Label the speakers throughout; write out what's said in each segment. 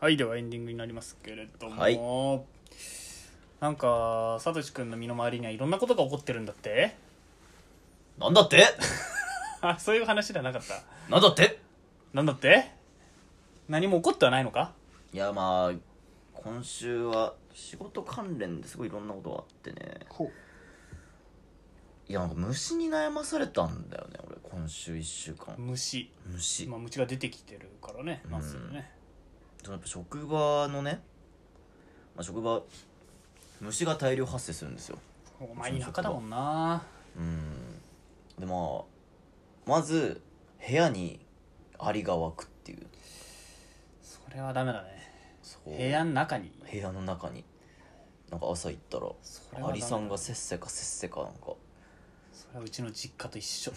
Speaker 1: はいではエンディングになりますけれども、
Speaker 2: はい
Speaker 1: なんかさとし君の身の回りにはいろんなことが起こってるんだって
Speaker 2: なんだって
Speaker 1: あそういう話じゃなかった
Speaker 2: なんだって
Speaker 1: なんだって何も起こってはないのか
Speaker 2: いやまあ今週は仕事関連ですごいいろんなことがあってねいやなんか虫に悩まされたんだよね俺今週1週間
Speaker 1: 虫
Speaker 2: 虫
Speaker 1: 今虫が出てきてるからねなんすよね
Speaker 2: そのやっぱ職場のね、まあ、職場虫が大量発生するんですよ
Speaker 1: お前田舎だもんな
Speaker 2: うんでまあまず部屋にアリが湧くっていう
Speaker 1: それはダメだね
Speaker 2: そ
Speaker 1: 部
Speaker 2: う
Speaker 1: 屋の中に
Speaker 2: 部屋の中になんか朝行ったら
Speaker 1: それは
Speaker 2: ア
Speaker 1: ダメ
Speaker 2: リ
Speaker 1: だ
Speaker 2: さんがせっせかせっせかなんか
Speaker 1: それはうちの実家と一緒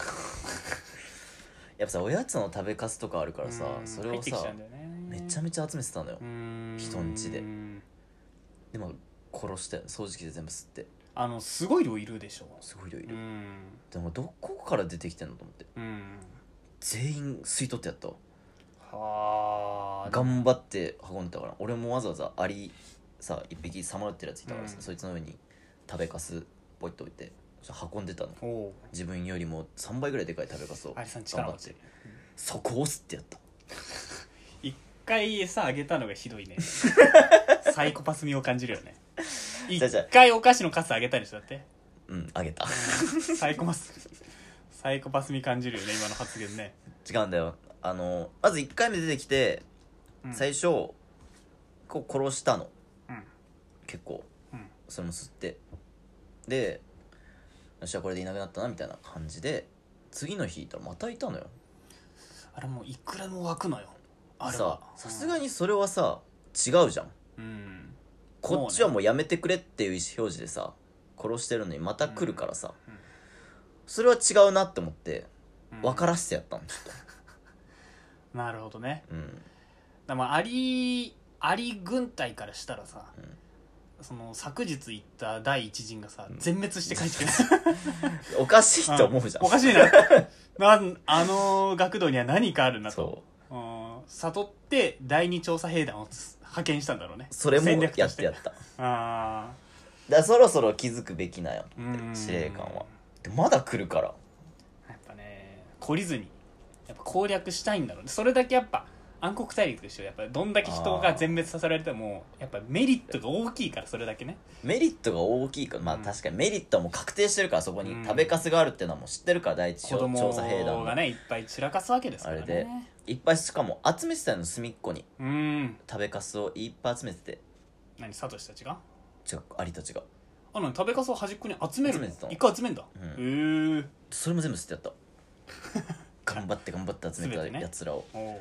Speaker 2: やっぱさおやつの食べかすとかあるからさ
Speaker 1: うん
Speaker 2: それを
Speaker 1: 入ってきちゃ
Speaker 2: さ
Speaker 1: うんだよね
Speaker 2: めちゃめちゃ集めてたのよ
Speaker 1: うーん
Speaker 2: 人ん家ででも殺したよ掃除機で全部吸って
Speaker 1: あのすごい量いるでしょ
Speaker 2: すごい量いうる
Speaker 1: ん
Speaker 2: でもどこから出てきてんのと思って
Speaker 1: うん
Speaker 2: 全員吸い取ってやったわ
Speaker 1: はあ
Speaker 2: 頑張って運んでたから俺もわざわざアリさ一匹さまよってるやついたからさ、
Speaker 1: うん
Speaker 2: そいつの上に食べかすポイっと置いてそしたら運んでたの
Speaker 1: おおう
Speaker 2: 自分よりも3倍ぐらいでかい食べかすを
Speaker 1: アリさん力
Speaker 2: 頑張
Speaker 1: 持
Speaker 2: っ
Speaker 1: ち
Speaker 2: てそこを吸ってやった
Speaker 1: 一回餌あげたのがひどい ねサイコパス味を感じるよね
Speaker 2: じゃあじゃあ
Speaker 1: 一回お菓子のカスあげたりしょだって
Speaker 2: うんあげた
Speaker 1: サイコパスサイコパス味感じるよね今の発言ね、
Speaker 2: 違うんだよあのまず1回目出てきて
Speaker 1: うん
Speaker 2: 最初こう殺したの
Speaker 1: うん
Speaker 2: 結構
Speaker 1: うん
Speaker 2: それも吸ってでそしたらこれでいなくなったなみたいな感じで次の日いたらまたいたのよ
Speaker 1: あれもういくらでも湧くのよあれ
Speaker 2: さ
Speaker 1: は
Speaker 2: さすがにそれはさ違うじゃん
Speaker 1: うん
Speaker 2: こっちはもうやめてくれっていう意思表示でさ殺してるのにまた来るからさ、
Speaker 1: うんうん
Speaker 2: それは違うなって思って
Speaker 1: うん
Speaker 2: 分からせてやったの
Speaker 1: なるほどね
Speaker 2: うん
Speaker 1: だからまあアリアリ軍隊からしたらさ、
Speaker 2: うん
Speaker 1: その昨日行った第一陣がさ、全滅して帰ってくる
Speaker 2: おかし いと思うじゃん、
Speaker 1: おかしいななんあの学童には何かあるなと
Speaker 2: そう
Speaker 1: うん悟って第二調査兵団をつ派遣したんだろうね
Speaker 2: それも
Speaker 1: 戦略
Speaker 2: や
Speaker 1: と
Speaker 2: っ
Speaker 1: して
Speaker 2: やっただか
Speaker 1: あ
Speaker 2: らそろそろ気づくべきなよ
Speaker 1: あうん
Speaker 2: 司令官はでまだ来るから
Speaker 1: やっぱね懲りずにやっぱ攻略したいんだろうねそれだけやっぱ暗黒大陸と一緒やっぱどんだけ人が全滅させられてもやっぱメリットが大きいからそれだけね
Speaker 2: メリットが大きいからまあ
Speaker 1: うん
Speaker 2: 確かにメリットはもう確定してるからそこ
Speaker 1: うん
Speaker 2: に食べかすがあるっていうのはもう知ってるから第一
Speaker 1: 子
Speaker 2: 調
Speaker 1: 供
Speaker 2: 査兵団
Speaker 1: が
Speaker 2: が
Speaker 1: ねいっぱい散らかすわけですからね
Speaker 2: あれでいっぱいしかも集めてたの隅っこに
Speaker 1: うん
Speaker 2: 食べかすをいっぱい集めてて
Speaker 1: 何サトシたちが
Speaker 2: 違うアリたちが
Speaker 1: あの食べかすを端っこに集める
Speaker 2: 集
Speaker 1: の
Speaker 2: めてたの
Speaker 1: 一回集めんだ
Speaker 2: うん
Speaker 1: へー
Speaker 2: それも全部捨てやった 頑張って頑張って集めた
Speaker 1: 全てね
Speaker 2: やつらを、
Speaker 1: おおう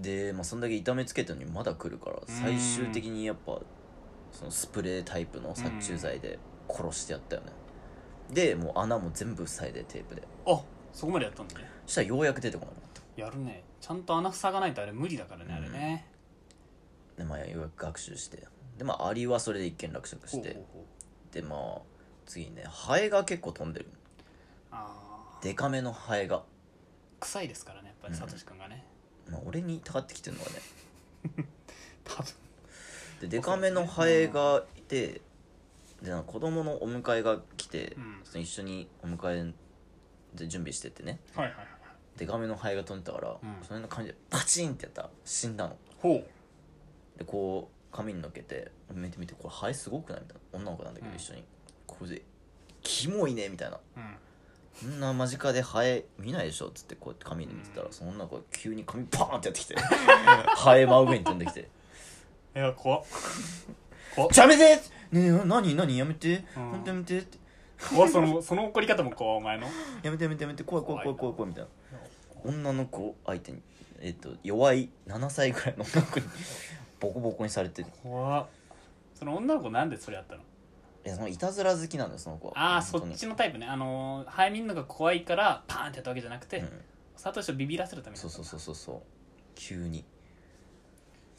Speaker 2: で、まあ、そんだけ痛めつけたのにまだ来るから最終的にやっぱそのスプレータイプの殺虫剤で殺してやったよね、でもう穴も全部塞いでテープで
Speaker 1: あそこまでやったんだね
Speaker 2: そしたらようやく出てこなくなった
Speaker 1: やるねちゃんと穴塞がないとあれ無理だからねあれね
Speaker 2: でまあようやく学習してでまあアリはそれで一件落着
Speaker 1: ほ
Speaker 2: し
Speaker 1: うほう
Speaker 2: て
Speaker 1: ほう
Speaker 2: でまあ次にねハエが結構飛んでる
Speaker 1: ああ
Speaker 2: デカめのハエが、
Speaker 1: 臭いですからねやっぱり
Speaker 2: うん
Speaker 1: サトシ君がね
Speaker 2: まあ、俺にたかってきてるのがね
Speaker 1: 多分
Speaker 2: でデカめのハエがいてでなんか子供のお迎えが来て、
Speaker 1: うん
Speaker 2: その一緒にお迎えで準備しててね
Speaker 1: はいはいはい
Speaker 2: デカめのハエが飛んでたから、
Speaker 1: うん
Speaker 2: その辺の感じでパチンってやったら死んだの
Speaker 1: ほう
Speaker 2: でこう髪にのっけて見て見てこれハエすごくないみたいな女の子なんだけど
Speaker 1: うん
Speaker 2: 一緒に、これでキモいねみたいな
Speaker 1: うん
Speaker 2: こんな間近でハエ見ないでしょっつってこうやって髪で見てたら、
Speaker 1: うん
Speaker 2: その女の子が急に髪パーンってやってきて ハエ真上に飛んできて
Speaker 1: いや怖っ怖っ
Speaker 2: 「やめて!」ねえな何何やめて、
Speaker 1: うん
Speaker 2: ほんとやめて」って
Speaker 1: 怖っその その怒り方も怖いお前の
Speaker 2: やめてやめてやめて怖い怖い怖い怖い怖いみたいな
Speaker 1: な
Speaker 2: 女の子相手にえっ、と弱い7歳ぐらいの女の子に ボコボコにされてい
Speaker 1: 怖っその女の子なんでそれやったの
Speaker 2: やそのいたずら好きなんだよその子は
Speaker 1: ああそ
Speaker 2: 本当
Speaker 1: っ
Speaker 2: に
Speaker 1: ちのタイプねあのー早見んのが怖いからパーンってやったわけじゃなくて、
Speaker 2: うん、
Speaker 1: サトシをビビらせるために
Speaker 2: そうそううそうそうそう急に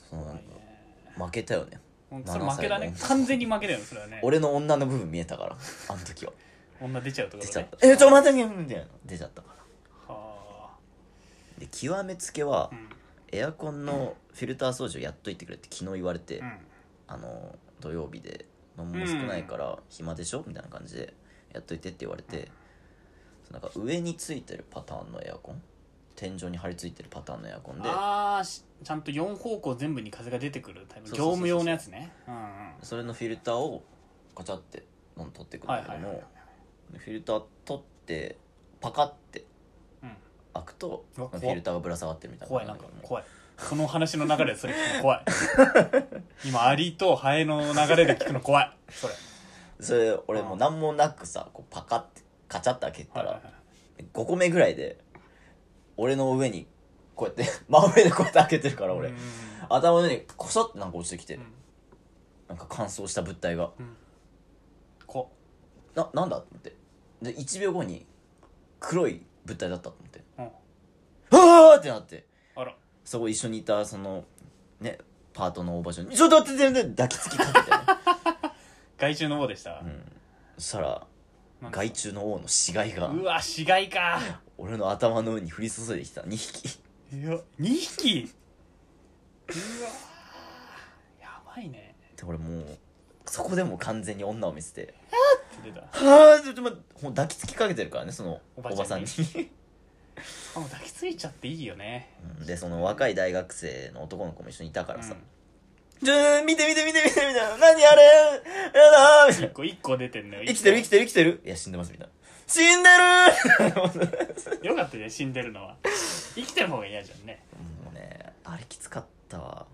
Speaker 2: その
Speaker 1: いね
Speaker 2: 負けたよね
Speaker 1: ほんとそれ負けだね完全に負けだよねそれはね
Speaker 2: 俺の女の部分見えたからあの時は
Speaker 1: 女出ちゃうとこ
Speaker 2: 出
Speaker 1: ろ
Speaker 2: ちゃっ
Speaker 1: ね
Speaker 2: た「えちょ待ってみたいな出ちゃったから
Speaker 1: はあ
Speaker 2: で極めつけは
Speaker 1: うん
Speaker 2: エアコンのフィルター掃除をやっといてくれって昨日言われて、
Speaker 1: うん
Speaker 2: あの土曜日で飲むも少ないから暇でしょみたいな感じでやっといてって言われて、なんか上についてるパターンのエアコン天井に張り付いてるパターンのエアコンで
Speaker 1: ああしちゃんと4方向全部に風が出てくるタイプ
Speaker 2: そう
Speaker 1: 業
Speaker 2: そうそうそう
Speaker 1: 務用のやつねうんうん
Speaker 2: それのフィルターをカチャって取っていくんだけども、
Speaker 1: はいはいは
Speaker 2: フィルター取ってパカって
Speaker 1: うん
Speaker 2: 開くと、
Speaker 1: うわ
Speaker 2: フ
Speaker 1: 怖っ
Speaker 2: ィルターがぶら下がってるみたいな
Speaker 1: 怖いなんか怖いその話の流れでそれ聞くの怖 い今アリとハエの流れで聞くの怖いそれ
Speaker 2: それ俺もう何もなくさこうパカってカチャって開けた
Speaker 1: はいはい
Speaker 2: ら
Speaker 1: は、い
Speaker 2: 5個目ぐらいで俺の上にこうやって 真上でこうやって開けてるから俺、
Speaker 1: うん
Speaker 2: 頭の上にコソってなんか落ちてきて、
Speaker 1: ん
Speaker 2: なんか乾燥した物体が
Speaker 1: こ
Speaker 2: ななんだと思ってで1秒後に黒い物体だったと思って
Speaker 1: うん
Speaker 2: はあってなって
Speaker 1: あら
Speaker 2: そこ一緒にいたそのねパートのおばちゃんに「ちょっと待って!」全然抱きつきか けて、ね、
Speaker 1: 害虫の王でした
Speaker 2: そしたら
Speaker 1: なんか
Speaker 2: 害虫の王の死骸が
Speaker 1: うわ死骸か
Speaker 2: 俺の頭の上に降り注いできた2匹
Speaker 1: いや2匹うわーやばいね
Speaker 2: で俺もうそこでもう完全に女を見せて
Speaker 1: って出た
Speaker 2: 「はあ!」って言ってもう抱きつきかけてるからねそのお
Speaker 1: おばち
Speaker 2: ばさ
Speaker 1: ゃ
Speaker 2: ん
Speaker 1: ん
Speaker 2: に
Speaker 1: にあもう抱きついちゃっていいよね
Speaker 2: うんでその若い大学生の男の子も一緒にいたか
Speaker 1: う
Speaker 2: らさ
Speaker 1: ん
Speaker 2: 「ちょ見て見て見て見て」みたいな「何あれやだ!」みたいな
Speaker 1: 一個一個出てんのよ
Speaker 2: 「 生きてる生きてる生きてる」「いや死んでます」みたいな「死んでる!」
Speaker 1: よかったね死んでるのは生きてる方が嫌じゃんね
Speaker 2: もうねあれきつかったわ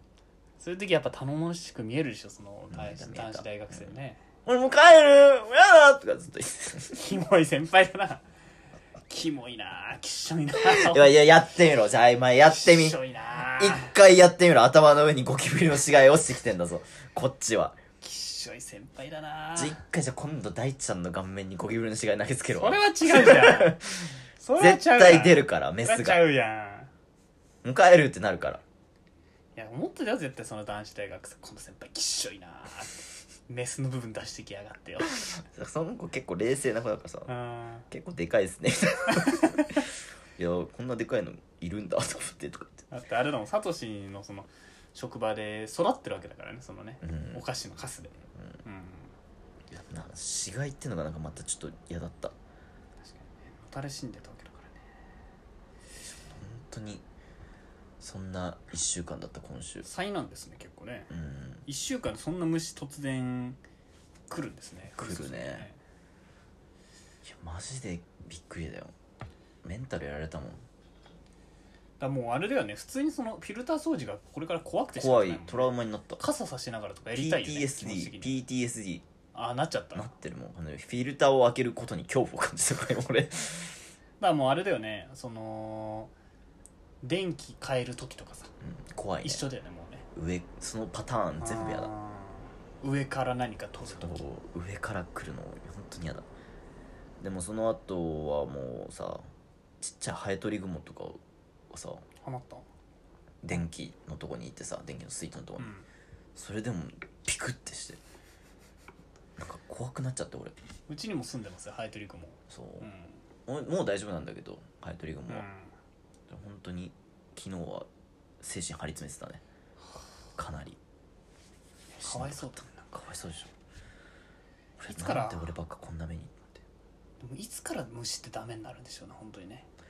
Speaker 1: そういう時やっぱ頼もしく見えるでしょその
Speaker 2: 見え
Speaker 1: 大
Speaker 2: た見えた
Speaker 1: 男子大学生ね
Speaker 2: 俺もう帰るやだとかずっと言っ
Speaker 1: キモい先輩だなキモいなきっしょいな
Speaker 2: て いやいややってみろじゃあ今やってみ
Speaker 1: きっし
Speaker 2: 一
Speaker 1: ょいな
Speaker 2: 回やってみろ頭の上にゴキブリの死骸落ちてきてんだぞこっちは
Speaker 1: きっしょい先輩だな
Speaker 2: じゃあ一回じゃあ今度大ちゃんの顔面にゴキブリの死骸投げつける
Speaker 1: そ
Speaker 2: わ
Speaker 1: れは違うじゃんそれは
Speaker 2: 絶対出るからメ
Speaker 1: メス
Speaker 2: ス
Speaker 1: ち
Speaker 2: が
Speaker 1: ゃうや
Speaker 2: もう帰るってなるから
Speaker 1: んいや思ってたよ絶対その男子大学生この先輩きっしょいなメスの部分出してきやがってよ
Speaker 2: その子結構冷静な子だからさ
Speaker 1: うん
Speaker 2: 結構でかいですね いやこんなでかいのいるんだと思ってとか
Speaker 1: だってあれだもんサトシのその職場で育ってるわけだからねそのね、
Speaker 2: 言ってうん
Speaker 1: お菓子のカスで、うん
Speaker 2: な死骸ってのがなんかまたちょっと嫌だった本
Speaker 1: 確かにねもたれ死んでたわけだからね
Speaker 2: 当にそんな1週間だった今週
Speaker 1: 災難ですね結構ね
Speaker 2: うん
Speaker 1: 1週間でそんな虫突然来るんですね
Speaker 2: 来るね
Speaker 1: そうです
Speaker 2: いやマジでびっくりだよメンタルやられたもん
Speaker 1: だからもうあれだよね普通にそのフィルター掃除がこれから怖くて仕方
Speaker 2: 怖
Speaker 1: ないもん
Speaker 2: トラウマになった
Speaker 1: 傘さしながらとかやりたいよね気持ち的に
Speaker 2: PTSDPTSD
Speaker 1: ああなっちゃった
Speaker 2: な
Speaker 1: だ
Speaker 2: っ
Speaker 1: か
Speaker 2: てるもんあのフィルターを開けることに恐怖を感じたから俺
Speaker 1: らもうあれだよねその電気変える時とかさ
Speaker 2: うん怖いね
Speaker 1: 一緒だよねもうね
Speaker 2: 上そのパターン全部やだ
Speaker 1: あー上から何か取ると
Speaker 2: こう上から来るの本当に嫌だでもその後はもうさちっちゃいハエトリグモとかをさ
Speaker 1: ハマった
Speaker 2: 電気のとこに行ってさ電気のスイッチのとこ
Speaker 1: う
Speaker 2: に、
Speaker 1: ん
Speaker 2: それでもピクってしてなんか怖くなっちゃって俺
Speaker 1: うちにも住んでますよハエトリクも
Speaker 2: そう
Speaker 1: うん、
Speaker 2: もうもう大丈夫なんだけどハエトリグモ
Speaker 1: うん
Speaker 2: は、本当に昨日は精神張り詰めてたねかなり
Speaker 1: かわいそうだね
Speaker 2: かわいそうでしょ俺
Speaker 1: いつから
Speaker 2: なんで俺ばっかこんな目にって
Speaker 1: でもいつから虫ってダメになるんでしょうね本当にね
Speaker 2: い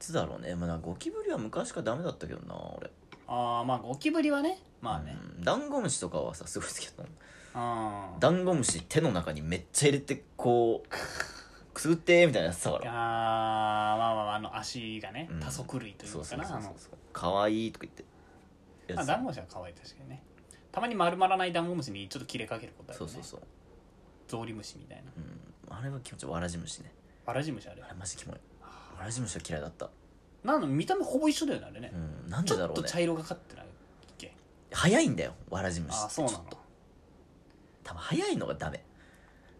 Speaker 2: つだろうねまあなんかゴキブリは昔からダメだったけどな俺
Speaker 1: ああまあゴキブリはねまあね、
Speaker 2: うんダンゴムシとかはさすごい好きだったの
Speaker 1: あ
Speaker 2: ダンゴムシ手の中にめっちゃ入れてこうくすぐってみたいなやつだか
Speaker 1: あ
Speaker 2: ら
Speaker 1: まあまあまああの足がね
Speaker 2: うん
Speaker 1: 多足類という
Speaker 2: そう
Speaker 1: か
Speaker 2: そう
Speaker 1: な
Speaker 2: そう
Speaker 1: あ
Speaker 2: そう
Speaker 1: の
Speaker 2: かわいいとか言って
Speaker 1: まあダンゴムシは可愛い確かにねたまに丸まらないダンゴムシにちょっと切れかけることある
Speaker 2: そ
Speaker 1: よ
Speaker 2: う
Speaker 1: ね
Speaker 2: そうそう、
Speaker 1: ゾウリムシみたいな
Speaker 2: うん、あれは気持ちいいわらじ虫ね
Speaker 1: わらじ虫あれ
Speaker 2: あれマジキモいわらじ虫は嫌いだった、
Speaker 1: なんの見た目ほぼ一緒だよねあれね、
Speaker 2: うん、なん
Speaker 1: ち
Speaker 2: で
Speaker 1: ょ
Speaker 2: だ
Speaker 1: っ
Speaker 2: ろ
Speaker 1: と
Speaker 2: うね
Speaker 1: 茶色がかってないっけ
Speaker 2: 早いんだよわらじ虫
Speaker 1: ああ
Speaker 2: ってち
Speaker 1: そ
Speaker 2: ょ
Speaker 1: う
Speaker 2: っ
Speaker 1: なの
Speaker 2: と多分早いのがダメ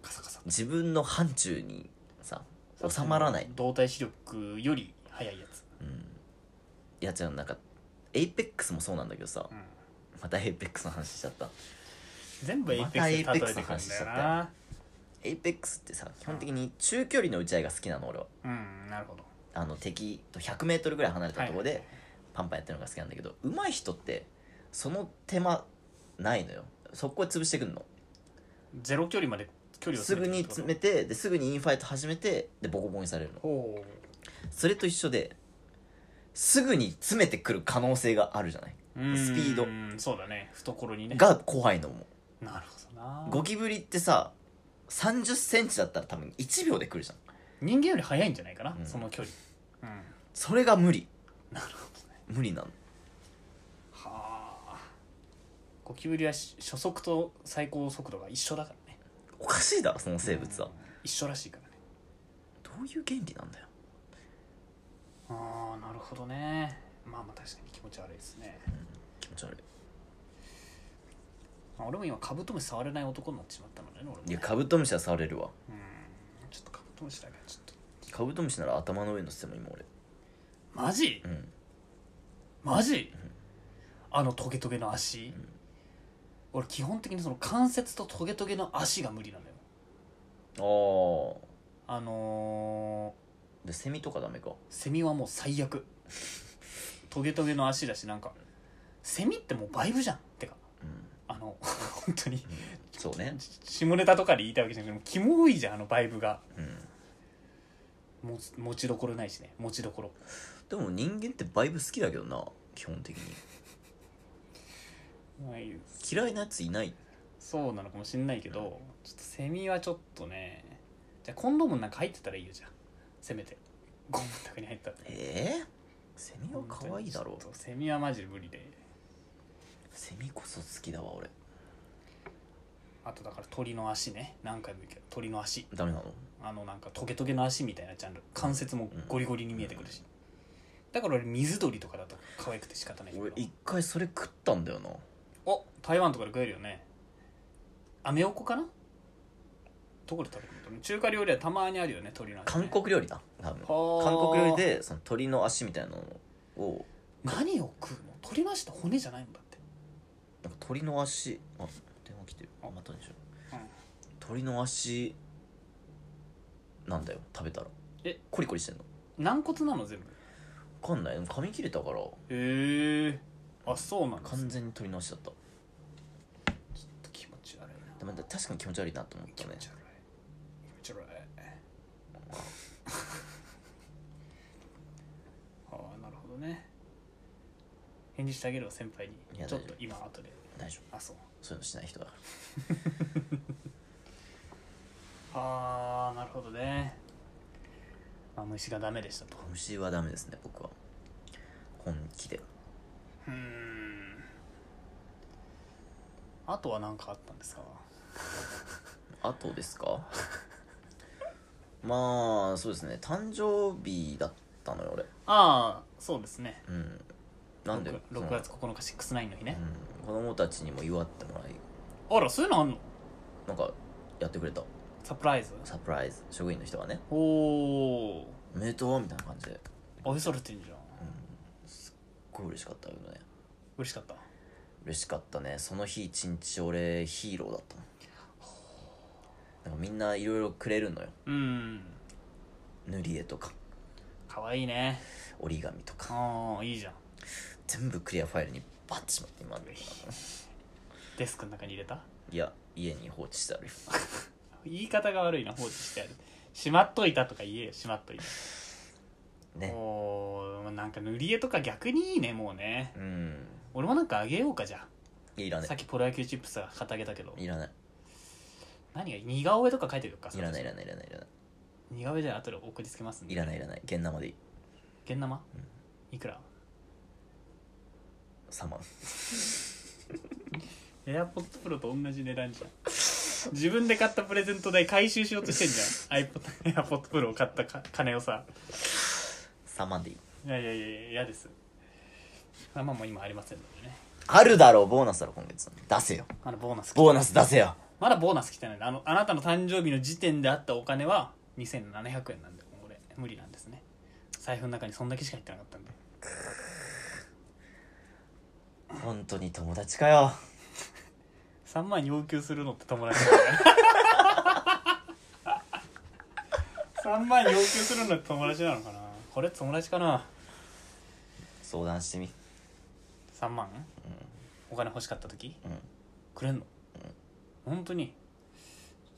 Speaker 1: カサカサ
Speaker 2: 自分の範疇にさ収まらない
Speaker 1: 動体視力より速いやつ、
Speaker 2: うん、いやじゃあなんかエイペックスもそうなんだけどさ
Speaker 1: うん、
Speaker 2: またエイペックスの話しちゃった
Speaker 1: 全部エイペックスで例えてくるんだよ
Speaker 2: また Apex の話
Speaker 1: な
Speaker 2: エイペックスってさ基本的に中距離の打ち合いが好きなの俺は
Speaker 1: うんなるほど
Speaker 2: あの敵と 100m ぐらい離れたところ
Speaker 1: はい
Speaker 2: でパンパンやってるのが好きなんだけど上手い人ってその手間ないのよそこで潰してくんの
Speaker 1: ゼロ距離まで距離を
Speaker 2: すぐに
Speaker 1: 詰
Speaker 2: 詰
Speaker 1: め
Speaker 2: めてですぐにインファイト始めてでボコボコにされるの
Speaker 1: ほ
Speaker 2: それと一緒ですぐに詰めてくる可能性があるじゃないう
Speaker 1: うん
Speaker 2: スピード
Speaker 1: そうだね懐にね
Speaker 2: が怖いのも
Speaker 1: なるほどな
Speaker 2: ゴキブリってさ3 0ンチだったら多分1秒で来るじゃん
Speaker 1: 人間より速いんじゃないかな、
Speaker 2: うん
Speaker 1: その距離、うん、
Speaker 2: それが無理
Speaker 1: なるほどね
Speaker 2: 無理なの
Speaker 1: はあゴキブリはし初速と最高速度が一緒だからね
Speaker 2: おかしいだろその生物は
Speaker 1: うん一緒らしいからね
Speaker 2: どういう原理なんだよ
Speaker 1: ああなるほどねまあまあ確かに気持ち悪いですね、
Speaker 2: 気持ち悪
Speaker 1: まあ、俺も今カブトムシ触れない男になってしまったのでね俺も
Speaker 2: いい
Speaker 1: ね
Speaker 2: やカブトムシは触れるわ
Speaker 1: うんちょっとカブトムシだけはちょっと
Speaker 2: カブトムシなら頭の上に乗せても今俺
Speaker 1: マジ
Speaker 2: うん
Speaker 1: マジ、あのトゲトゲの足、俺基本的にその関節とトゲトゲの足が無理なのよ
Speaker 2: あ
Speaker 1: あの
Speaker 2: あでセミとかダメか
Speaker 1: ー、セミはもう最悪トゲトゲの足だしなんかセミってもうバイブじゃんてか
Speaker 2: うん
Speaker 1: あの本当に
Speaker 2: そうね
Speaker 1: 下ネタとかで言いたいわけじゃなくてもうキモいじゃんあのバイブが
Speaker 2: うん
Speaker 1: もつ持ちどころないしね持ちどころ
Speaker 2: でも人間ってバイブ好きだけどな基本的に
Speaker 1: はい
Speaker 2: 嫌いなやついない
Speaker 1: そうなのかもしんないけど、ちょっとセミはちょっとねじゃあコンドームなんか入ってたらいいよじゃあせめてゴムの中に入ったら
Speaker 2: ええセミは可愛いだろ
Speaker 1: ちょっとセミはマジで無理で
Speaker 2: セミこそ好きだわ俺
Speaker 1: あとだから鳥の足ね何回も言うけど鳥の足
Speaker 2: ダメなの
Speaker 1: あのなんかトゲトゲの足みたいなジャンル関節もゴリゴリに見えてくるし、だから俺水鳥とかだと可愛くて仕方ないけど
Speaker 2: 俺一回それ食ったんだよな
Speaker 1: お台湾とかで食えるよねアメ横かなどこで食べるの中華料理はたまにあるよね鳥の足、ね、
Speaker 2: 韓国料理だ多分
Speaker 1: はあ
Speaker 2: 韓国料理でその鳥の足みたいなのを
Speaker 1: 何を食うの鳥の足って骨じゃないのだって、
Speaker 2: なんか鳥の足あ電話来てるあまたでしょ鳥の足なんだよ食べたら
Speaker 1: え
Speaker 2: コリコリしてんの
Speaker 1: 軟骨なの全部
Speaker 2: 分かんないでも噛み切れたから
Speaker 1: へえあそうなんです
Speaker 2: 完全に鳥の足だった
Speaker 1: ちょっと気持ち悪いな
Speaker 2: でも確かに気持ち悪いなと思った
Speaker 1: 気持
Speaker 2: ね
Speaker 1: ち悪い気持ち悪いああなるほどね返事してあげるわ先輩に
Speaker 2: いや
Speaker 1: ちょっ
Speaker 2: 大丈
Speaker 1: と今後で
Speaker 2: 大丈夫
Speaker 1: あそう
Speaker 2: そういうのしない人だか
Speaker 1: ああなるほどね、まあ、虫がダメでしたと
Speaker 2: ら虫はダメですね僕は本気で
Speaker 1: うーんあとは何かあったんですか
Speaker 2: あとですかまあそうですね誕生日だったのよ俺
Speaker 1: ああそうですね
Speaker 2: うんなんで
Speaker 1: 6,
Speaker 2: その
Speaker 1: 月9日69の日ね、
Speaker 2: うん、子供たちにも祝ってもらい
Speaker 1: あらそういうのあんの
Speaker 2: なんかやってくれた
Speaker 1: サプライズ
Speaker 2: サプライズ職員の人がね
Speaker 1: おお
Speaker 2: 「おめでとう」みたいな感じで、
Speaker 1: 愛されてんじゃん
Speaker 2: うん、すっごい嬉しかったけどね
Speaker 1: 嬉しかった
Speaker 2: 嬉しかったねその日一日俺ヒーローだったのなんかみんないろいろくれるのよ
Speaker 1: うん
Speaker 2: 塗り絵とか
Speaker 1: かわいいね
Speaker 2: 折り紙とか
Speaker 1: ああいいじゃん
Speaker 2: 全部クリアファイルにバッてしまって今
Speaker 1: デスクの中に入れた
Speaker 2: いや家に放置してある
Speaker 1: 言い方が悪いな放置してあるしまっといたとか言えよしまっといた
Speaker 2: ね
Speaker 1: おーなんか塗り絵とか逆にいいねもうね
Speaker 2: うん
Speaker 1: 俺もなんかあげようかじゃ
Speaker 2: いら
Speaker 1: あ
Speaker 2: な
Speaker 1: さ
Speaker 2: い
Speaker 1: っきプロ野球チップスが買ってあげたけど
Speaker 2: いらない
Speaker 1: 何がいい似顔絵とか描いてるか
Speaker 2: いらないい
Speaker 1: その
Speaker 2: らないいらないいらない
Speaker 1: 似顔絵じゃあ後で送りつけますん
Speaker 2: い
Speaker 1: で
Speaker 2: らないいらない現生でいい
Speaker 1: 現生、いくら
Speaker 2: 3万
Speaker 1: エアポッドプロと同じ値段じゃん自分で買ったプレゼント代回収しようとしてんじゃん iPod エアポッドプロを買ったか金をさ
Speaker 2: 3万でいい
Speaker 1: いやいやいやいや嫌ですまあまあもう今ありませんのでね
Speaker 2: あるだろうボーナスだろ今月出せよ
Speaker 1: まだボーナス
Speaker 2: ボーナス出せよ
Speaker 1: まだボーナス来てないあのあなたの誕生日の時点であったお金は2700円なんでもう俺無理なんですね財布の中にそんだけしか入ってなかったんで
Speaker 2: 本当に友達かよ
Speaker 1: 3万要求するのって友達だから3万要求するのって友達なのかなこれ友達かな
Speaker 2: 相談してみ
Speaker 1: 3万お金欲しかった時
Speaker 2: うん
Speaker 1: くれんの、本当に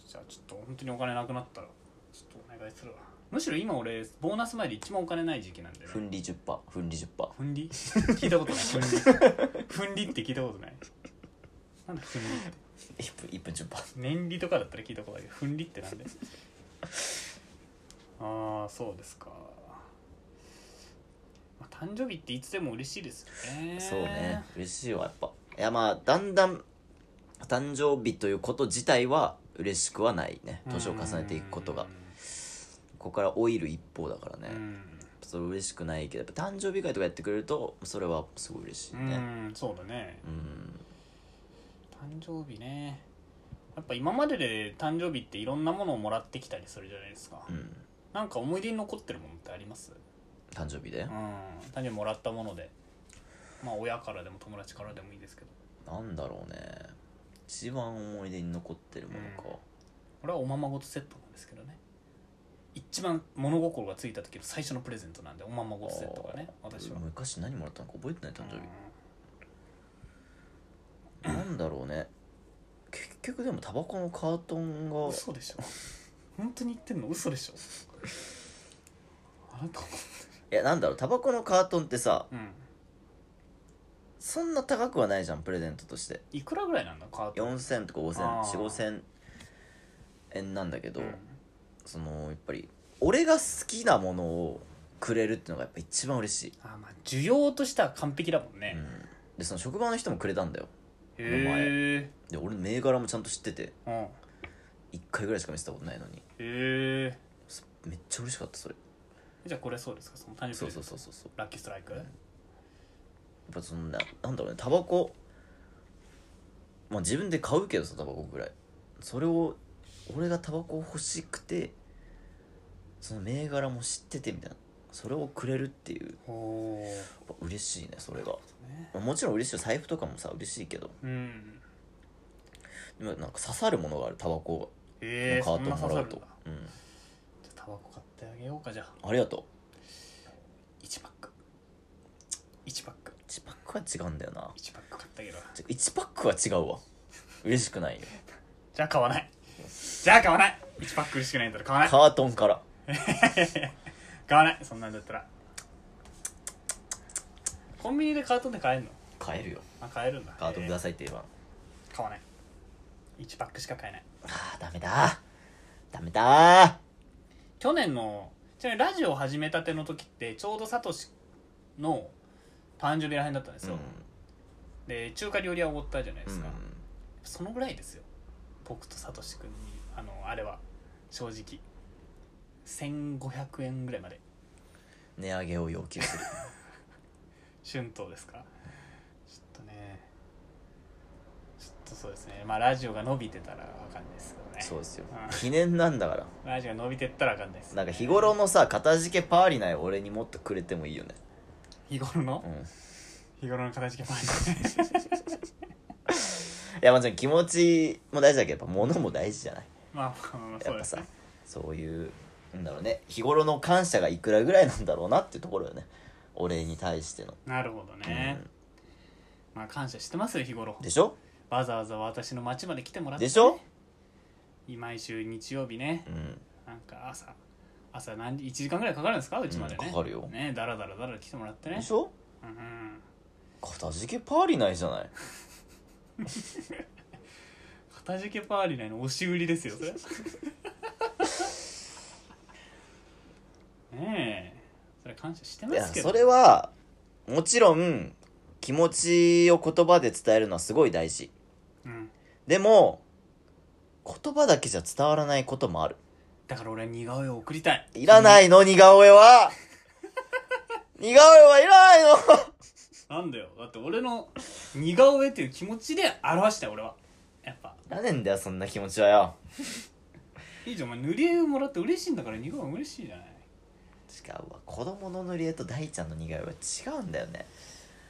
Speaker 1: じゃあちょっと本当にお金なくなったらちょっとお願いするわむしろ今俺ボーナス前で一番お金ない時期なんだよ
Speaker 2: ふ
Speaker 1: ね
Speaker 2: んり10%ふんり10%
Speaker 1: ふんり聞いたことないふんりふんりって聞いたことないなんだふんりって
Speaker 2: 1分1分10%
Speaker 1: 年利とかだったら聞いたことあるけどふんりってなんでああそうですか、まあ、誕生日っていつでも嬉しいですよね
Speaker 2: そうね嬉しいわやっぱいやまあだんだん誕生日ということ自体は嬉しくはないね年を重ねていくことがここから老いる一方だからね
Speaker 1: うん、
Speaker 2: それ嬉しくないけどやっぱ誕生日会とかやってくれるとそれはすごい嬉しい
Speaker 1: うん
Speaker 2: ね
Speaker 1: うんそうだね
Speaker 2: うん
Speaker 1: 誕生日ねやっぱ今までで誕生日っていろんなものをもらってきたりするじゃないですか、
Speaker 2: うん
Speaker 1: なんか思い出に残ってるものってあります
Speaker 2: 誕生日で
Speaker 1: うん誕生日もらったものでまあ親からでも友達からでもいいですけど
Speaker 2: なんだろうね一番思い出に残ってるものか
Speaker 1: これはおままごとセットなんですけどね一番物心がついた時の最初のプレゼントなんでおままごとセットがね
Speaker 2: あー
Speaker 1: 私は
Speaker 2: 昔何もらったのか覚えてない誕生
Speaker 1: うん
Speaker 2: 日なんだろうね結局でもタバコのカートンが
Speaker 1: 嘘でしょ本当に言ってんの嘘でしょあなた
Speaker 2: いやなんだろうタバコのカートンってさ
Speaker 1: うん
Speaker 2: そんな高くはないじゃんプレゼントとして
Speaker 1: いくらぐらいなんだカート
Speaker 2: 4000とか
Speaker 1: あー
Speaker 2: 50004000円なんだけど、
Speaker 1: うん
Speaker 2: そのやっぱり俺が好きなものをくれるっていうのがやっぱ一番嬉しい、
Speaker 1: あーまあ需要としては完璧だもんね、
Speaker 2: うん、でその職場の人もくれたんだよ
Speaker 1: へ
Speaker 2: で俺の銘柄もちゃんと知ってて
Speaker 1: え、うん、へ
Speaker 2: 1回ぐらいしか見せたことないのに
Speaker 1: え
Speaker 2: すめっちゃ嬉しかったそれ
Speaker 1: じゃあこれそうですかその誕生
Speaker 2: そう
Speaker 1: 日
Speaker 2: そうそうそうそう
Speaker 1: ラッキーストライク
Speaker 2: やっぱそのななんだろうねタバコまあ自分で買うけどさタバコぐらいそれを俺がタバコ欲しくてその銘柄も知っててみたいなそれをくれるっていうや
Speaker 1: おおー
Speaker 2: っぱ嬉しいねそれが
Speaker 1: ね
Speaker 2: まあもちろん嬉しいよ財布とかもさ嬉しいけど
Speaker 1: うん
Speaker 2: でもなんか刺さるものがあるタバコ
Speaker 1: へえ
Speaker 2: のカ
Speaker 1: そ
Speaker 2: ー
Speaker 1: ん
Speaker 2: ト
Speaker 1: な
Speaker 2: ンも
Speaker 1: 刺
Speaker 2: ら
Speaker 1: さ
Speaker 2: う
Speaker 1: るんだ
Speaker 2: と、うん
Speaker 1: じゃあタバコ買ってあげようかじゃあ
Speaker 2: ありがと
Speaker 1: 1パック1パック
Speaker 2: う1パックは違うんだよな
Speaker 1: 1パック買ってあげるわ
Speaker 2: ちょ1パックは違うわ嬉しくないよ
Speaker 1: じゃあ買わないじゃあ買わない1パック嬉しくないんだったら買わない
Speaker 2: カートンから
Speaker 1: 買わないそんなんだったらコンビニでカートンで買えるの
Speaker 2: 買えるよ
Speaker 1: あ買えるんだ
Speaker 2: カートンくだ
Speaker 1: へ
Speaker 2: さいって言えば
Speaker 1: え買わない1パックしか買えない
Speaker 2: あーダメだダメだ
Speaker 1: 去年のちなみにラジオを始めたての時ってちょうどサトシの誕生日らへんだったんですよ、で中華料理屋おごったじゃないですか、そのぐらいですよ僕とサトシ君にあのあれは正直1500円ぐらいまで
Speaker 2: 値上げを要求する
Speaker 1: 春闘ですかちょっとねちょっとそうですねまあラジオが伸びてたらわかんないですけどね
Speaker 2: そうですよ
Speaker 1: うん
Speaker 2: 記念なんだから
Speaker 1: ラジオが伸びてったらわかんないです、
Speaker 2: なんか日頃のさ片付けパーリない俺にもっとくれてもいいよね
Speaker 1: 日頃の、
Speaker 2: うんい
Speaker 1: 日頃の形がパンチ
Speaker 2: やもちろん気持ちも大事だけどやっぱ物も大事じゃない
Speaker 1: まあまあまあまあ
Speaker 2: や
Speaker 1: そう
Speaker 2: っぱ
Speaker 1: です
Speaker 2: さ
Speaker 1: ね
Speaker 2: そういうなんだろうね日頃の感謝がいくらぐらいなんだろうなっていうところよねお礼に対しての、
Speaker 1: なるほどね、まあ感謝してますよ日頃
Speaker 2: うんでしょ
Speaker 1: わざわざ私の町まで来てもらって
Speaker 2: でしょ
Speaker 1: 毎週日曜日ね
Speaker 2: うん
Speaker 1: なんか朝朝何時1時間ぐらいかかるんですかうちまでね、
Speaker 2: うんかかるよ
Speaker 1: ねだらだらだら来てもらってね
Speaker 2: でしょ
Speaker 1: うんうん
Speaker 2: 片付けパーリないじゃない
Speaker 1: 片付けパーリナイの押し売りですよ それねえそれ感謝してま
Speaker 2: いや
Speaker 1: すけど
Speaker 2: それはもちろん気持ちを言葉で伝えるのはすごい大事
Speaker 1: うん、
Speaker 2: でも言葉だけじゃ伝わらないこともある
Speaker 1: だから俺は似顔絵を送りたい
Speaker 2: いらないの似顔絵は 似顔絵はいらないの
Speaker 1: なんだよだって俺の似顔絵っていう気持ちで表したよ俺はやっぱ
Speaker 2: いらねえんだよそんな気持ちはよ
Speaker 1: いいじゃんお前塗り絵をもらって嬉しいんだから似顔絵嬉しいじゃない
Speaker 2: 違うわ子供の塗り絵と大ちゃんの似顔絵は違うんだよね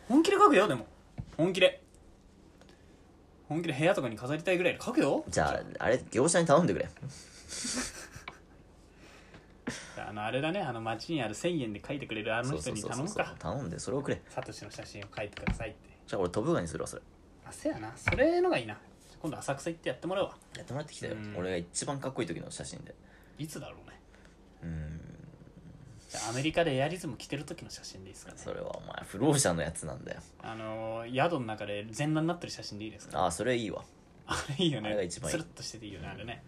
Speaker 1: 本気で描くよでも本気で本気で部屋とかに飾りたいぐらいで描くよ
Speaker 2: じゃああれ業者に頼んでくれ
Speaker 1: あのあれだねあの街にある1000円で書いてくれるあの
Speaker 2: そう
Speaker 1: 人
Speaker 2: そう
Speaker 1: に
Speaker 2: そう
Speaker 1: 頼
Speaker 2: そう
Speaker 1: むか
Speaker 2: 頼んでそれをくれ
Speaker 1: サトシの写真を書いてくださいって
Speaker 2: じゃあ俺飛ぶがにするわそれ
Speaker 1: あせやなそれのがいいな今度浅草行ってやってもらうわ
Speaker 2: やってもらってきたよ、
Speaker 1: うん
Speaker 2: 俺が一番かっこいい時の写真で
Speaker 1: いつだろうね
Speaker 2: うん
Speaker 1: じゃあアメリカでエアリズム着てる時の写真でいいですかね
Speaker 2: それはお前不老者のやつなんだよ
Speaker 1: あのー宿の中で全裸になってる写真でいいですか
Speaker 2: ああそれいいわ
Speaker 1: あ れいいよ
Speaker 2: あれが
Speaker 1: ね
Speaker 2: 一番い
Speaker 1: ス
Speaker 2: い
Speaker 1: ルッとしてていいよねあれね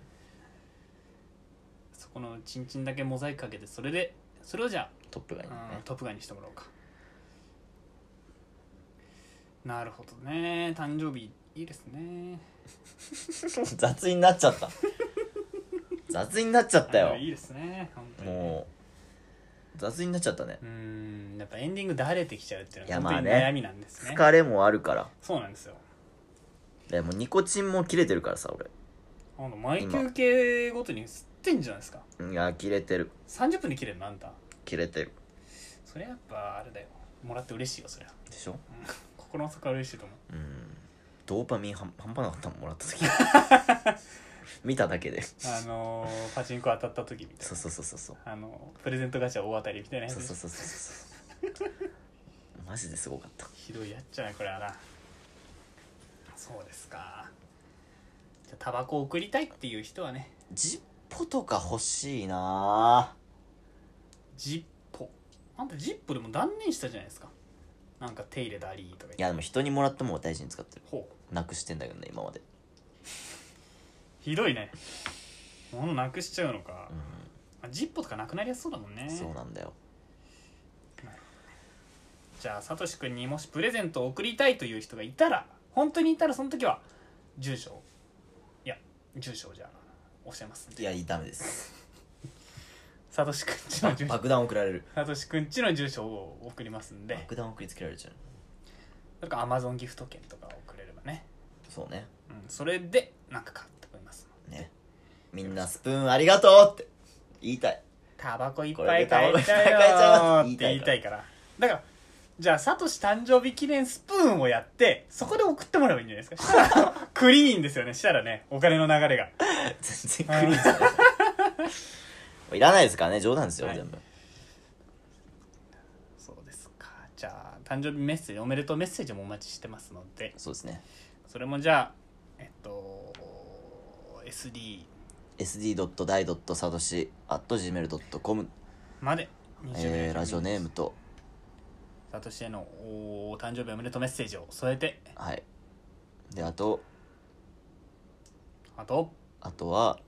Speaker 1: そこのチンチンだけモザイクかけてそれでそれをじゃ
Speaker 2: トップがいいね
Speaker 1: あ、うん、トップガンにしてもらおうかなるほどね誕生日いいですね
Speaker 2: 雑になっちゃった雑になっちゃった
Speaker 1: あ
Speaker 2: よ
Speaker 1: のいいですね本当にね
Speaker 2: もう雑になっちゃったね
Speaker 1: うーんやっぱエンディングだれてきちゃうっていうの
Speaker 2: いや
Speaker 1: が
Speaker 2: まあ
Speaker 1: 本当に
Speaker 2: ね
Speaker 1: 悩みなんですね
Speaker 2: 疲れもあるから
Speaker 1: そうなんですよ
Speaker 2: でもうニコチンも切れてるからさ俺
Speaker 1: あの毎休憩ごとに吸ってんじゃないですか
Speaker 2: いや切れてる
Speaker 1: 30分で切れるのあんた
Speaker 2: 切れてる
Speaker 1: それやっぱあれだよもらって嬉しいよそれは
Speaker 2: でしょ
Speaker 1: 心の底は嬉しいと思う
Speaker 2: うんドーパミン半半端なかったもんもらっ た時見ただけで
Speaker 1: あのー、パチンコ当たった時みたい
Speaker 2: そうそうそうそうそう
Speaker 1: なあのプレゼントガチャ大当たりみたいなやつ
Speaker 2: そう
Speaker 1: でし
Speaker 2: そ
Speaker 1: ょ
Speaker 2: うそうそうそうマジですごかった
Speaker 1: ひどいやっちゃうなこれはなそうですかじゃあタバコ送りたいっていう人はね
Speaker 2: ジッポとか欲しいな
Speaker 1: ジッポあんたジッポでも断念したじゃないですかなんか手入れだりとか言っ
Speaker 2: い
Speaker 1: て
Speaker 2: やでも人にもらったもんは大事に使ってる
Speaker 1: ほう
Speaker 2: なくしてんだけどね今まで
Speaker 1: ひどいね物なくしちゃうのか
Speaker 2: うん、
Speaker 1: あジッポとかなくなりやすそうだもんね
Speaker 2: そうなんだよ
Speaker 1: じゃあさとしくんにもしプレゼントを送りたいという人がいたら本当にいたらその時は住所をいや住所をじゃあ教えますん
Speaker 2: い
Speaker 1: で
Speaker 2: やダメです
Speaker 1: さとしくんちの
Speaker 2: ば
Speaker 1: 住所
Speaker 2: 爆弾送られる
Speaker 1: さとしくんちの住所を送りますんで
Speaker 2: 爆弾送りつけられちゃう
Speaker 1: なんかアマゾンギフト券とかをくれればね、
Speaker 2: そうね
Speaker 1: うん、それでなんか買ってこいます
Speaker 2: ねみんなスプーンありがとうって言いたい
Speaker 1: タバコいっ
Speaker 2: こ
Speaker 1: ぱ
Speaker 2: れ
Speaker 1: い
Speaker 2: でタ
Speaker 1: 買え
Speaker 2: バコい
Speaker 1: ち
Speaker 2: っぱい買えちゃ
Speaker 1: ゃ
Speaker 2: う
Speaker 1: うよっ
Speaker 2: よっ
Speaker 1: てて
Speaker 2: 言
Speaker 1: 言
Speaker 2: い
Speaker 1: い
Speaker 2: た
Speaker 1: た
Speaker 2: い
Speaker 1: いからだからじゃあサトシ誕生日記念スプーンをやってそこで送ってもらえばいいんじゃないですかしたら クリーンですよねしたらねお金の流れが
Speaker 2: 全然クリーンじゃ ないもういらないですからね冗談ですよ、
Speaker 1: はい
Speaker 2: 全部
Speaker 1: そうですかじゃあ誕生日メッセージおめでとうメッセージもお待ちしてますので
Speaker 2: そうですね
Speaker 1: それもじゃあえっと SD
Speaker 2: sd.dai.sadoshi.gmail.com、
Speaker 1: まで20名
Speaker 2: えー、ラジオネームと、
Speaker 1: サトシへのおお誕生日おめでとうメッセージを添えて
Speaker 2: はい。で、あと、
Speaker 1: あと
Speaker 2: あとは、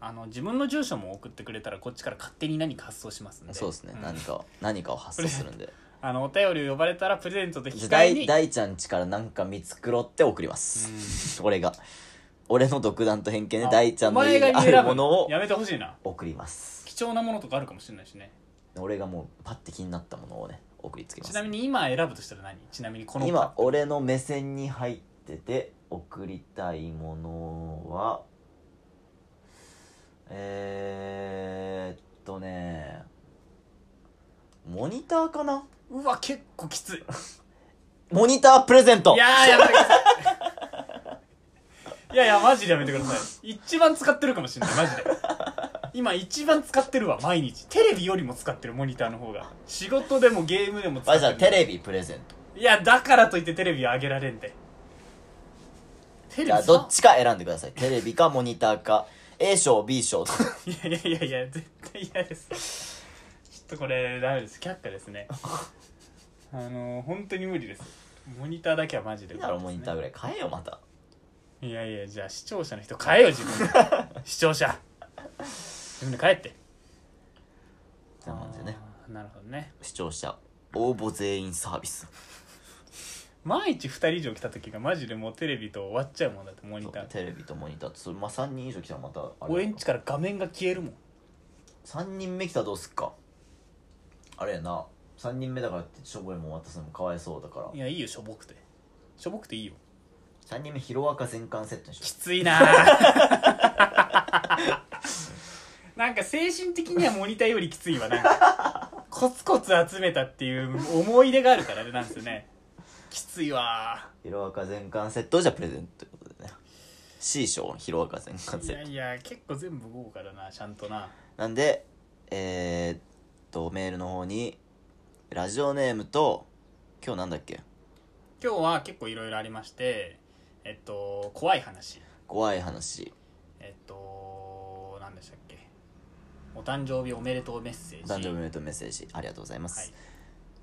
Speaker 1: あの自分の住所も送ってくれたらこっちから勝手に何か発送しますんで
Speaker 2: そうですね、
Speaker 1: ん
Speaker 2: 何かを、何かを発想するんで。
Speaker 1: あのお便りを呼ばれたらプレゼントで
Speaker 2: じゃ
Speaker 1: 引
Speaker 2: あ、
Speaker 1: 換え
Speaker 2: 大、
Speaker 1: に
Speaker 2: 大ちゃんちから何か見繕って送ります。俺が。俺の独断と偏見で
Speaker 1: あ
Speaker 2: 大ちゃんの
Speaker 1: お前
Speaker 2: 家
Speaker 1: が
Speaker 2: にあ
Speaker 1: 選ぶ
Speaker 2: るものを
Speaker 1: やめてほしいな
Speaker 2: 送ります。
Speaker 1: 貴重なものとかあるかもしれないしね
Speaker 2: 俺がもうパッて気になったものをね、送りつけます。
Speaker 1: ちなみに今選ぶとしたら何ちなみにこの
Speaker 2: 今、俺の目線に入ってて、送りたいものは、えー、っとね、モニターかな
Speaker 1: うわ結構きつい
Speaker 2: モニタープレゼント
Speaker 1: いやーやめてくださ いいやいやマジでやめてください一番使ってるかもしれないマジで今一番使ってるわ毎日テレビよりも使ってるモニターの方が仕事でもゲームでも使
Speaker 2: ま
Speaker 1: って
Speaker 2: あじゃあ
Speaker 1: る
Speaker 2: テレビプレゼント
Speaker 1: いやだからといってテレビは上げられんでテ
Speaker 2: じ
Speaker 1: レ
Speaker 2: ゃあ
Speaker 1: ビ
Speaker 2: どっちか選んでくださいテレビかモニターか A 賞 B 賞
Speaker 1: いやいやいやいや絶対嫌ですちょっとこれダメです却下です ねあのー、本当に無理ですモニターだけはマジで
Speaker 2: いいだろモニターぐらい買えよまた
Speaker 1: いやいやじゃあ視聴者の人変えよ自分 で視聴者自分で変えって
Speaker 2: そんな感じでね
Speaker 1: あーなるほどね
Speaker 2: 視聴者応募全員サービス
Speaker 1: 毎日2人以上来た時がマジでもうテレビと終わっちゃうもんだってモニター
Speaker 2: テレビとモニターとそれまあ3人以上来たらまたあ
Speaker 1: 俺
Speaker 2: れ
Speaker 1: んちから画面が消えるもん
Speaker 2: 3人目来たらどうすっかあれやな3人目だからってしょぼいもん渡すのもかわいそうだから
Speaker 1: いやいいよしょぼくてしょぼくていいよ
Speaker 2: 3人目ヒロアカ全巻セットにしよ
Speaker 1: きついなぁ なんか精神的にはモニターよりきついわなんか コツコツ集めたっていう思い出があるからねなんですよねきついわ
Speaker 2: うヒロアカ全巻セットをじゃあプレゼントということでね C 賞ヒロアカ全巻
Speaker 1: い
Speaker 2: セッ
Speaker 1: や
Speaker 2: ト
Speaker 1: いや結構全部豪華だなちゃんとな
Speaker 2: なんで、えーっとメールの方にラジオネームと今日なんだっけ
Speaker 1: 今日は結構いろいろありましてえっと怖い話
Speaker 2: 怖い話
Speaker 1: えっと何でしたっけお誕生日おめでとうメッセー
Speaker 2: お
Speaker 1: ジ
Speaker 2: 誕生日おめでとうメッセージありがとうございま
Speaker 1: はい
Speaker 2: す、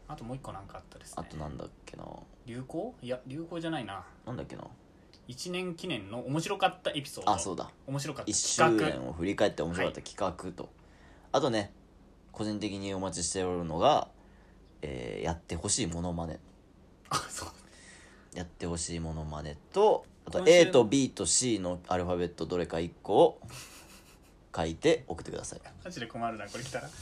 Speaker 1: あともう一個なんかあったです
Speaker 2: あ
Speaker 1: ね
Speaker 2: となんだっけな
Speaker 1: 流行いや流行じゃないな
Speaker 2: なんだっけな
Speaker 1: 1年記念の面白かったエピソード
Speaker 2: あそうだ
Speaker 1: 面白かった
Speaker 2: 1周
Speaker 1: 企画
Speaker 2: 年を振り返って面白かった企画と、あとね個人的にお待ちしておるのが、えーやってほしいモノマネ
Speaker 1: あそう
Speaker 2: やってほしいモノマネとあと
Speaker 1: 今週
Speaker 2: A と B と C のアルファベットどれか1個を書いて送ってください
Speaker 1: マジで困るなこれ来たらち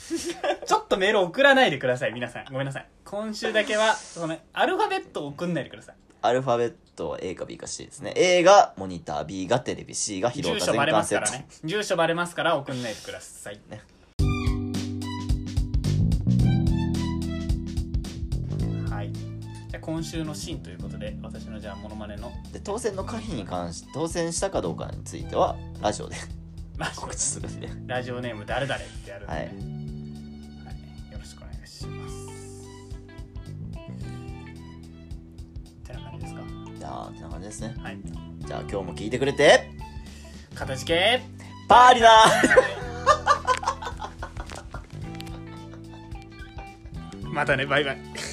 Speaker 1: ょっとメール送らないでください皆さんごめんなさい今週だけはそのアルファベット送んないでください
Speaker 2: アルファベットは A か B か C ですね A がモニター B がテレビ C が広
Speaker 1: 住
Speaker 2: 岡
Speaker 1: 所
Speaker 2: 全
Speaker 1: バレま
Speaker 2: 巻
Speaker 1: す
Speaker 2: セ
Speaker 1: か
Speaker 2: ッ
Speaker 1: ら
Speaker 2: ト、
Speaker 1: ね住所バレますから送んないでください、
Speaker 2: ね
Speaker 1: はいじゃあ今週のシーンということで私のじゃあモノマネの
Speaker 2: で当選の可否に関して当選したかどうかについてはラジオで
Speaker 1: ラジ
Speaker 2: 告知するん
Speaker 1: オ
Speaker 2: で
Speaker 1: ラジオネーム誰々ってやるんで、
Speaker 2: はい
Speaker 1: はいよろしくお願いしますってな感じですか
Speaker 2: じゃあてな感じですね
Speaker 1: はい
Speaker 2: じゃあ今日も聞いてくれて
Speaker 1: 片付け
Speaker 2: パーリナー
Speaker 1: またねバイバイ